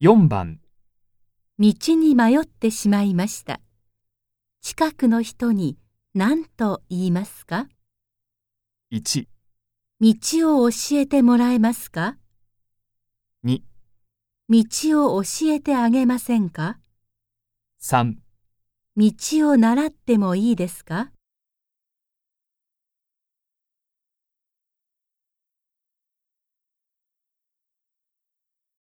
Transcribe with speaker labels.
Speaker 1: 4番、
Speaker 2: 道に迷ってしまいました。近くの人に何と言いますか
Speaker 1: 1、
Speaker 2: 道を教えてもらえますか
Speaker 1: 2、
Speaker 2: 道を教えてあげませんか
Speaker 1: 3。
Speaker 2: 道を習ってもいいですか